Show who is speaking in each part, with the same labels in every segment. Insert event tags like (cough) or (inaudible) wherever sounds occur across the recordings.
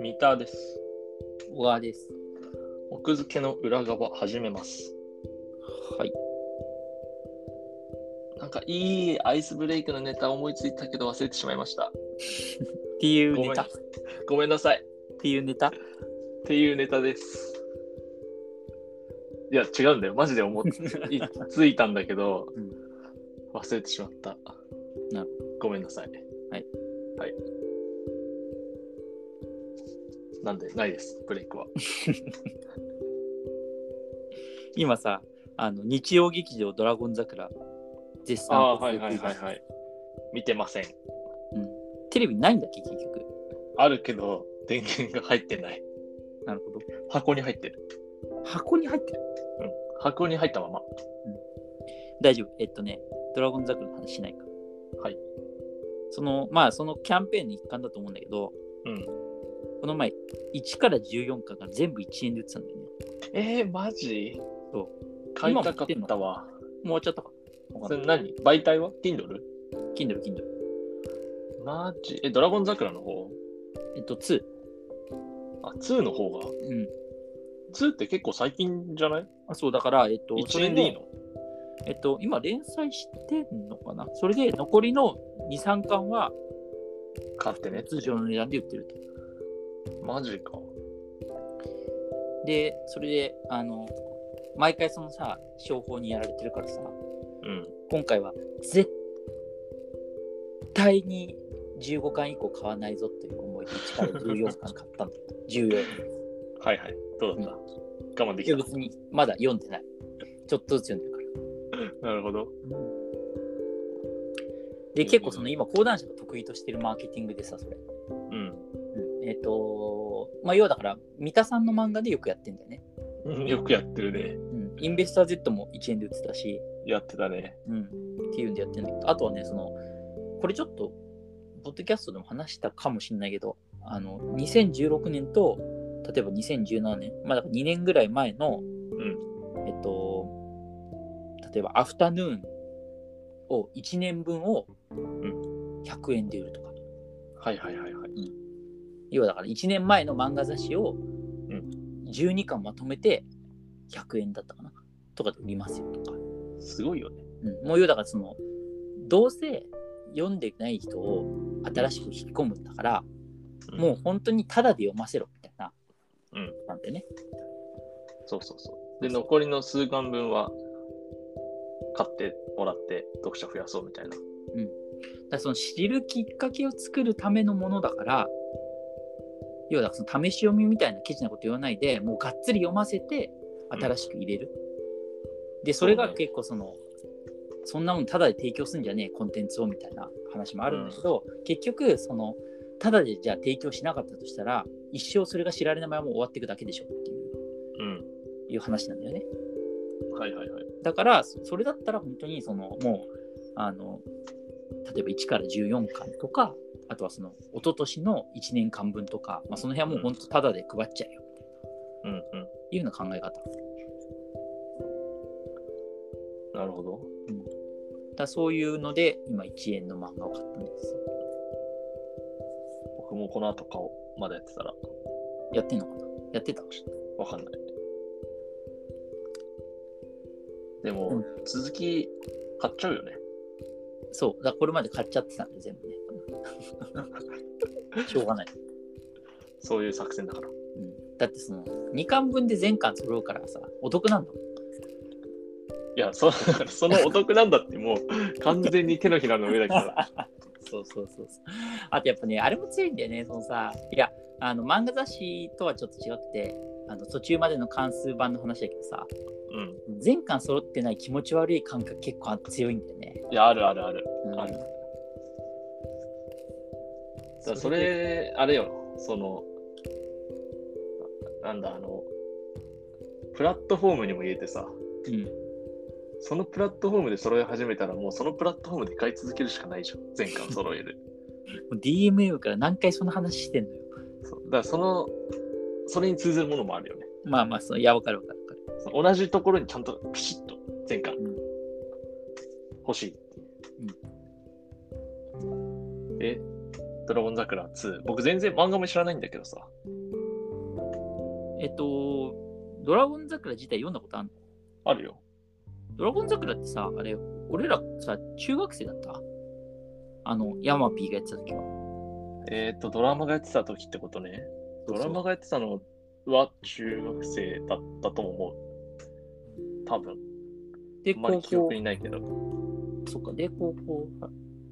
Speaker 1: 三田です。
Speaker 2: 小川です。
Speaker 1: 奥付けの裏側始めます。
Speaker 2: はい。
Speaker 1: なんかいいアイスブレイクのネタ思いついたけど忘れてしまいました。
Speaker 2: っていうネタ
Speaker 1: ご
Speaker 2: っ
Speaker 1: ごめんなさい。
Speaker 2: ていうネタ
Speaker 1: っていうネタです。いや、違うんだよ。マジで (laughs) 思っいついたんだけど、
Speaker 2: うん
Speaker 1: 忘れてしまった。
Speaker 2: なる
Speaker 1: ごめんなさい。
Speaker 2: はい。
Speaker 1: はい。なんで、ないです、ブレイクは。
Speaker 2: 今さ、あの日曜劇場ドラゴン桜絶
Speaker 1: (laughs)
Speaker 2: 賛
Speaker 1: ああー、
Speaker 2: 放
Speaker 1: は
Speaker 2: 送
Speaker 1: いはいはい
Speaker 2: 中
Speaker 1: はい。見てません。
Speaker 2: テレビないんだっけ結局。
Speaker 1: あるけど、電源が入ってない。
Speaker 2: なるほど。
Speaker 1: 箱に入ってる。
Speaker 2: 箱に入ってる。
Speaker 1: うん。箱に入ったまま。
Speaker 2: 大丈夫。えっとね、ドラゴン桜の話しないから。
Speaker 1: はい。
Speaker 2: そのまあそのキャンペーンの一環だと思うんだけど、
Speaker 1: うん。
Speaker 2: この前1から14巻が全部1円で売ってたんだよね。
Speaker 1: えー、マジ。
Speaker 2: そう
Speaker 1: 買いたかったわ。
Speaker 2: もう終わっちゃったか。わ
Speaker 1: そ
Speaker 2: かん
Speaker 1: れ
Speaker 2: ない
Speaker 1: 何媒体は ?Kindle?
Speaker 2: Kindle Kindle。
Speaker 1: マジえ、ドラゴン桜の方
Speaker 2: えっと2。
Speaker 1: あ、2の方が
Speaker 2: うん。
Speaker 1: ?2 って結構最近じゃない
Speaker 2: あそうだから、えっと、そ
Speaker 1: ?1
Speaker 2: れ
Speaker 1: 年でいいの
Speaker 2: えっと、今連載してんのかなそれで残りの2、3巻は
Speaker 1: 買ってね。
Speaker 2: 通常の値段で売ってると。
Speaker 1: マジか。
Speaker 2: で、それで、あの、毎回そのさ、商法にやられてるからさ、
Speaker 1: うん。
Speaker 2: 今回は絶対に15巻以降買わないぞという思いで1から14巻買ったんだ。14。
Speaker 1: はいはい。どうだった、我慢で
Speaker 2: い
Speaker 1: き
Speaker 2: や
Speaker 1: た。
Speaker 2: 別にまだ読んでない。ちょっとずつ読んでるから。
Speaker 1: なるほど。
Speaker 2: で、結構その今、講談社が得意としてるマーケティングでさ、それ。
Speaker 1: うん。
Speaker 2: えっ、と、まあ、要はだから、三田さんの漫画でよくやってんだよね。
Speaker 1: うんよくやってるね。
Speaker 2: うん。インベスター Z も1円で売ってたし、
Speaker 1: やってたね。
Speaker 2: うん。っていうんでやってんだけど、あとはね、その、これちょっと、ポッドキャストでも話したかもしれないけど、あの、2016年と、例えば2017年、まあ、だから2年ぐらい前の、
Speaker 1: うん。
Speaker 2: えっ、と、例えば、アフタヌーンを1年分を100円で売るとか。
Speaker 1: はいはいはいはい。
Speaker 2: 要はだから1年前の漫画雑誌を
Speaker 1: ん
Speaker 2: 12巻まとめて100円だったかなとかで売りますよとか、
Speaker 1: すごいよね。
Speaker 2: うん、もう要はだからそのどうせ読んでない人を新しく引き込むんだから、
Speaker 1: うん
Speaker 2: もう本当にタダで読ませろみたいな、
Speaker 1: うん、
Speaker 2: なんてね
Speaker 1: そうそうそう。で、残りの数巻分は買ってもらって読者増やそうみたいな。
Speaker 2: だからその知るきっかけを作るためのものだから要はだからその試し読みみたいなケチなこと言わないでもうがっつり読ませて新しく入れる、でそれが
Speaker 1: そうね
Speaker 2: 結構そのそんなもんただで提供すんじゃねえコンテンツをみたいな話もあるんだけど、結局そのただでじゃあ提供しなかったとしたら一生それが知られないまま終わっていくだけでしょっていう
Speaker 1: うん。
Speaker 2: いう話なんだよね
Speaker 1: はいはいはい。
Speaker 2: だからそそれだったら本当にそのもうあの例えば1から14巻とかあとはその一昨年の1年間分とか、まあ、その辺はもう本当タダで配っちゃえよっ
Speaker 1: うんうん。
Speaker 2: ていうような考え方だか
Speaker 1: なるほど。
Speaker 2: らそういうので今1円の漫画を買ったんです
Speaker 1: 僕もこの後顔まだやってたら
Speaker 2: やってんのかなやってた
Speaker 1: わかんない。でも、
Speaker 2: うん
Speaker 1: 続き買っちゃうよね。
Speaker 2: そうだからこれまで買っちゃってたんで全部ねしょうがない、
Speaker 1: そういう作戦だから。
Speaker 2: うん、だってその2巻分で全巻揃うからさお得なんだもん
Speaker 1: いや、そそのお得なんだってもう完全に手のひらの上だから。 (laughs)
Speaker 2: そうそうそうそう。あとやっぱね、あれも強いんだよね、そのさ、いや、あの漫画雑誌とはちょっと違くて、あの途中までの関数版の話だけどさ、
Speaker 1: うん。
Speaker 2: 全巻揃ってない気持ち悪い感覚結構強いんだよね。
Speaker 1: いや、あるあるある。
Speaker 2: うん
Speaker 1: あるだからそ、れ、あれよ、その、ななんだ、あの、プラットフォームにも入れてさ、
Speaker 2: うん、
Speaker 1: そのプラットフォームで揃え始めたら、もうそのプラットフォームで買い続けるしかないじゃん、全巻揃える。
Speaker 2: もう DMM から何回その話してんのよ。
Speaker 1: そうだから、その、それに通ずるものもあるよね。
Speaker 2: まあまあ、そのいや、わかるわかるわかる。
Speaker 1: その同じところにちゃんとピシッと全巻
Speaker 2: うん
Speaker 1: 欲しいっていう。え、ドラゴン桜2。僕全然漫画も知らないんだけどさ。
Speaker 2: えっと、ドラゴン桜自体読んだことあるの
Speaker 1: あるよ。
Speaker 2: ドラゴン桜ってさ、あれ、俺らさ、中学生だったあの、ヤマピーがやってた時は。
Speaker 1: えっ、と、ドラマがやってた時ってことね。ドラマがやってたのは中学生だったとも思う。多分。
Speaker 2: で、
Speaker 1: あんまり
Speaker 2: 高
Speaker 1: 記憶
Speaker 2: 校
Speaker 1: に、ないけど。
Speaker 2: そっか、で、高校、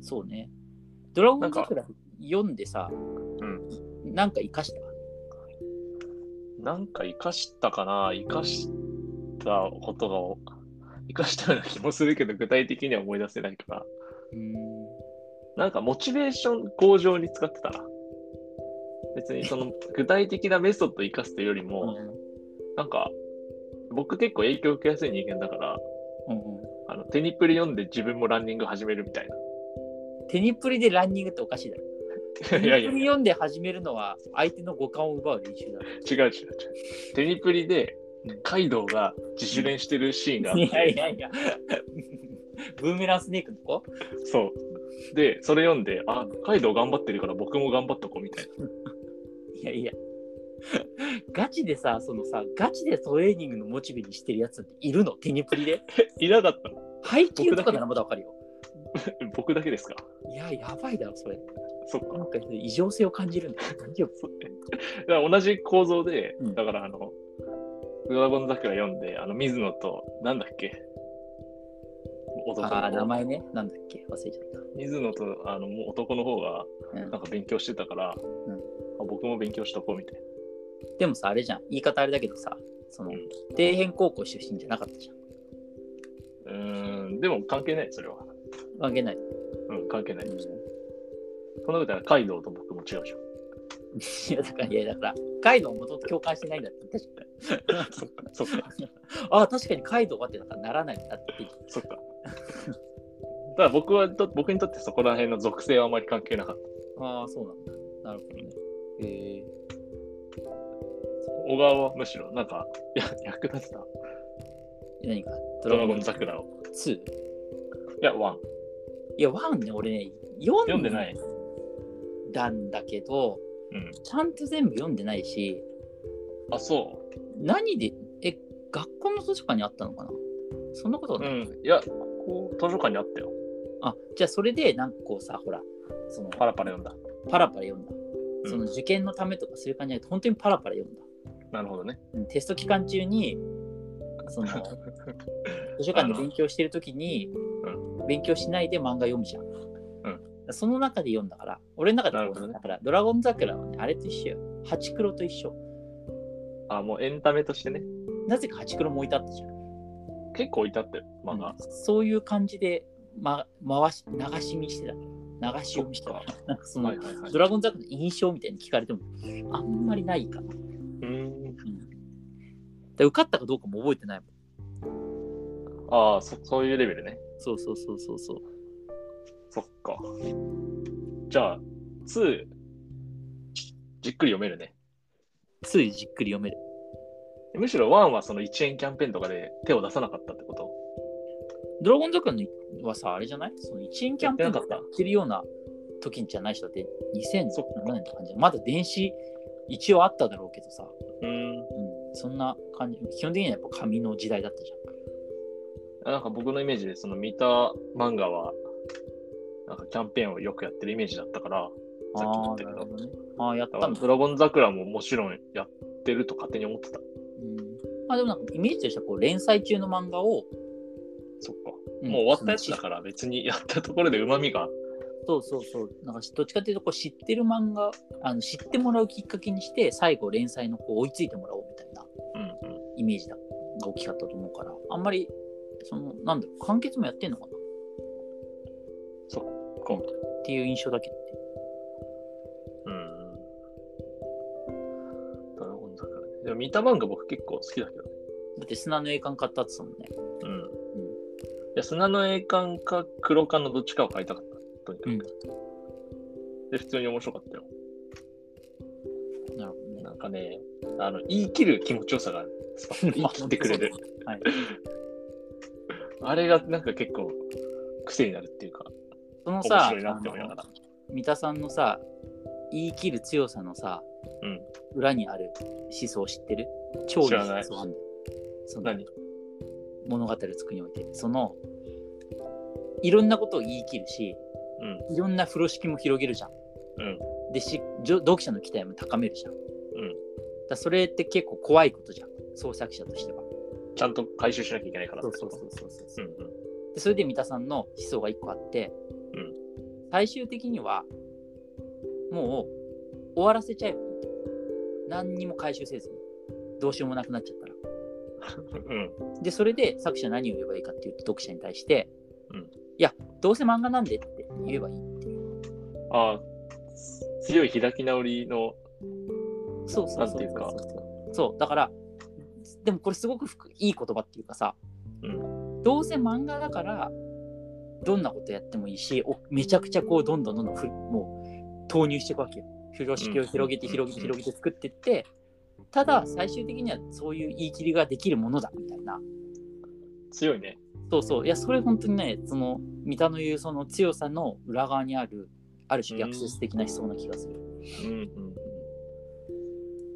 Speaker 2: そうね。ドラゴン桜読んでさ、
Speaker 1: ん
Speaker 2: なんか生かした
Speaker 1: なんか生かしたかな生かしたことが、生かしたような気もするけど、具体的には思い出せないから。
Speaker 2: うーん
Speaker 1: なんかモチベーション向上に使ってたな。別にそ
Speaker 2: (laughs)
Speaker 1: の具体的なメソッドを生かすというより
Speaker 2: う
Speaker 1: も、
Speaker 2: ん。
Speaker 1: なんか、僕結構影響を受けやすい人間だから、
Speaker 2: うんう
Speaker 1: あのテニプリ読んで自分もランニング始めるみたい
Speaker 2: ん。テニプリでランニングっておかしいだろ。
Speaker 1: な。(laughs)
Speaker 2: テ
Speaker 1: い
Speaker 2: ニ
Speaker 1: やいや、
Speaker 2: プ
Speaker 1: 違う
Speaker 2: リ読んで始めるのは相手の五感を奪う練習だろ。
Speaker 1: 違う違う。テニプリでカイドウが自主練してるシーンがあっ
Speaker 2: いやい
Speaker 1: て、
Speaker 2: やい (laughs) や。ブーメランスネークの子
Speaker 1: そう。で、それ読んで、あ、カイドウ頑張ってるから僕も頑張っとこうみたいな。
Speaker 2: いやいや。ガチでさ、そのさ、ガチでトレーニングのモチベにしてるやつっているのテニプリで。
Speaker 1: いなかったの
Speaker 2: 配給とかならまだわかるよ。
Speaker 1: (laughs) 僕だけですか
Speaker 2: いや、やばいだろ、それ。
Speaker 1: そっか。
Speaker 2: なんか異常性を感じるんだよ。大丈夫
Speaker 1: だから同じ構造で、
Speaker 2: うん
Speaker 1: だからあの、ドラゴン桜読んで、あの、水野と、なんだっけ男の
Speaker 2: ああ、名
Speaker 1: 方
Speaker 2: 前ね。なんだっけ忘れちゃっ
Speaker 1: 水野とあのもう男の方が
Speaker 2: た。うん
Speaker 1: なんか勉強してたから、
Speaker 2: ん
Speaker 1: あ僕も勉強しとこうみたい
Speaker 2: でもさ、あれじゃん。言い方あれだけどさ、その、
Speaker 1: うん
Speaker 2: 底辺高校出身じゃなかったじゃん。
Speaker 1: な。うーん、でも関係ない、それは。
Speaker 2: 関係ない。
Speaker 1: うん、関係ない。
Speaker 2: うん
Speaker 1: そんなことはカイドウと僕も違うじゃん。
Speaker 2: いや、だから、いや、だから、カイドウもともと共感してないんだって。確かに。
Speaker 1: (laughs) そっか、そっか、
Speaker 2: ああ、確かにカイドウはってなんかならないんだって。
Speaker 1: そっか。ただ僕はと、僕にとってそこら辺の属性はあまり関係なかった。
Speaker 2: ああ、そうなんだ。なるほどね。え
Speaker 1: 小川はむしろ、なんか、や役立ってた。
Speaker 2: ー、何か、
Speaker 1: ドラゴン桜を。
Speaker 2: 2? い
Speaker 1: いや、ワン。
Speaker 2: や、1ね、俺ね、読
Speaker 1: 読んでない。
Speaker 2: だんだけど、
Speaker 1: うん。
Speaker 2: ちゃんと全部読んでないし、
Speaker 1: あ、そう。
Speaker 2: 何で、え、学校の図書館にあったのかなそんなことは
Speaker 1: う
Speaker 2: ない。
Speaker 1: ん、いや、ここ図書館にあったよ。
Speaker 2: あ、じゃあそれで、なんかこうさ、ほら、その、
Speaker 1: パラパラ読んだ。
Speaker 2: パラパラ読んだ。
Speaker 1: うん
Speaker 2: その受験のためとかそういう感じじゃなくて、本当にパラパラ読んだ。
Speaker 1: なるほどね。
Speaker 2: うんテスト期間中に、その、
Speaker 1: (laughs)
Speaker 2: 図書館で勉強してる時に、勉強しないで漫画読むじゃん。その中で読んだから、俺の中で
Speaker 1: なるほどね
Speaker 2: だから、ドラゴン桜はね、あれと一緒よ。ハチクロと一緒。
Speaker 1: あ、もうエンタメとしてね、
Speaker 2: なぜかハチクロも置いてあったじゃん。
Speaker 1: 結構置いてあったよ、漫画。
Speaker 2: うんそういう感じで、ま、回し、流し見してたから。流し読みしてたから。なんかその、
Speaker 1: はいはいはい
Speaker 2: ド。ラゴン桜の印象みたいに聞かれても、あんまりないかな。
Speaker 1: うーん。
Speaker 2: で受かったかどうかも覚えてないもん。
Speaker 1: ああ、そそういうレベルね。
Speaker 2: そうそうそうそうそう。
Speaker 1: そっか。じゃあ、2、じっくり読めるね。
Speaker 2: ついじっくり読める。
Speaker 1: むしろ1はその1円キャンペーンとかで手を出さなかったってこと
Speaker 2: ドラゴン桜のはさ、あれじゃないその一円キャンペーンとかやってるような時じゃない人だって
Speaker 1: そっ
Speaker 2: 2007
Speaker 1: か
Speaker 2: 年って感じまだ電子一応あっただろうけどさ、
Speaker 1: うーん。
Speaker 2: うん、そんな感じ。基本的にはやっぱ紙の時代だったじゃん。
Speaker 1: なんか僕のイメージで、その見た漫画は、なんかキャンペーンをよくやってるイメージだったから、さっき
Speaker 2: あ
Speaker 1: 言った
Speaker 2: あー、な
Speaker 1: け
Speaker 2: る
Speaker 1: ど
Speaker 2: ほ。どね。ああ、やっ
Speaker 1: だ
Speaker 2: た
Speaker 1: か
Speaker 2: の
Speaker 1: らドラゴン桜ももちろんやってると勝手に思ってた。
Speaker 2: うんまあでもなんかイメージとしてはこう連載中の漫画を、
Speaker 1: そっか。
Speaker 2: ん
Speaker 1: もう終わったやつだから別にやったところで旨味が。
Speaker 2: そうそうそうなんかどっちかっていうとこう知ってる漫画あの知ってもらうきっかけにして最後連載のこう追いついてもらおうみたいな
Speaker 1: うんうん。
Speaker 2: イメージだが大きかったと思うからあんまりそのなんだろう完結もやってんのかな
Speaker 1: そ
Speaker 2: っ
Speaker 1: か
Speaker 2: っていう印象だけどね
Speaker 1: うんうん。ドラゴン桜ね。でも見た漫画僕結構好きだけどね。
Speaker 2: だって砂の栄冠買ったって言ってたもんね
Speaker 1: うん。いや砂の栄冠か黒缶のどっちかを買いたかった。とにかく。で、普通に面白かったよ。
Speaker 2: なるほどね
Speaker 1: なんかね、あの、言い切る気持ちよさがある。スパ
Speaker 2: (laughs)
Speaker 1: ッと言い切ってくれる。
Speaker 2: はい
Speaker 1: あれがなんか結構癖になるっていうか、
Speaker 2: その
Speaker 1: 面
Speaker 2: さ
Speaker 1: 白いなって思いながら。
Speaker 2: 三田さんのさ言い切る強さのさ、
Speaker 1: うん
Speaker 2: 裏にある思想知ってる超いい
Speaker 1: 知らない
Speaker 2: 思想あんだよその
Speaker 1: 何
Speaker 2: 物語を作るにおいてそのいろんなことを言い切るし
Speaker 1: うん。
Speaker 2: いろんな風呂敷も広げるじゃん。
Speaker 1: うん
Speaker 2: でしじょ読者の期待も高めるじゃん。
Speaker 1: ん
Speaker 2: だそれって結構怖いことじゃん創作者としては。
Speaker 1: ちゃんと回収しなきゃいけないから。
Speaker 2: そうそ
Speaker 1: う
Speaker 2: う
Speaker 1: んうん。
Speaker 2: でそれで三田さんの思想が一個あって、
Speaker 1: うん
Speaker 2: 最終的にはもう終わらせちゃえばいいと何にも回収せずにどうしようもなくなっちゃったら
Speaker 1: うん。
Speaker 2: でそれで作者何を言えばいいかっていうと読者に対して、
Speaker 1: うん
Speaker 2: いやどうせ漫画なんでって言えばいいっていう
Speaker 1: ああ、強い開き直りの、
Speaker 2: そうそうそう
Speaker 1: なんていうか
Speaker 2: そうそうだからでもこれすごくふくいい言葉っていうかさ、
Speaker 1: う
Speaker 2: どうせ漫画だからどんなことやってもいいしおめちゃくちゃこうどんどんどんどんふもう投入していくわけよ風呂敷を広げて
Speaker 1: うん
Speaker 2: 広げて広げて作ってってただ最終的にはそういう言い切りができるものだみたいな
Speaker 1: 強いね。
Speaker 2: そうそういやそれ本当にねその三田の言うその強さの裏側にあるある種逆説的な思想な気がする、
Speaker 1: うんうんうん。い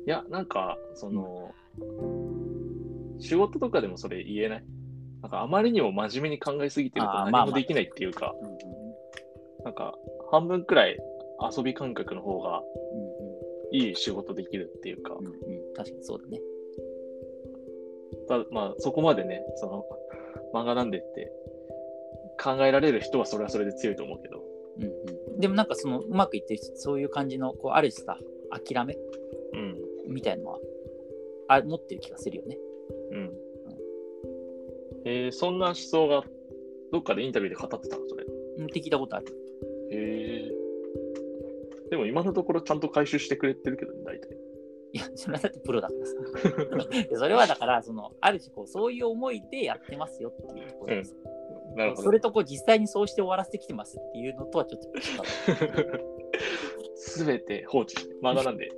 Speaker 1: や、なんか、その、仕事とかでもそれ言えない。なんか、あまりにも真面目に考えすぎてると
Speaker 2: あーまあ
Speaker 1: 何も
Speaker 2: まあ
Speaker 1: できないっていうか、
Speaker 2: うんうん
Speaker 1: なんか、半分くらい遊び感覚の方が
Speaker 2: う
Speaker 1: いい仕事できるっていうか、
Speaker 2: んうんうんうん、確かにそうだね
Speaker 1: たまあ、そこまでね、その、漫画なんでって考えられる人はそれはそれで強いと思うけど、
Speaker 2: うんうん、でもなんかそのうまくいってる人そういう感じのこうある種さ諦め
Speaker 1: うん、
Speaker 2: みたいのはあ持ってる気がするよね。
Speaker 1: うん。えーそんな思想が、どっかでインタビューで語ってたの、それ。
Speaker 2: うんって聞いたことある。
Speaker 1: へえ。でも今のところちゃんと回収してくれてるけどね、大体。
Speaker 2: いやそれはだってプロだからさ。 (laughs) いやそれはだからそのある種こうそういう思いでやってますよっていうところです。
Speaker 1: なるほど。
Speaker 2: それとこう実際にそうして終わらせてき (laughs) てますっていうのとはちょっと違う。
Speaker 1: すべて放置して、漫画なんで、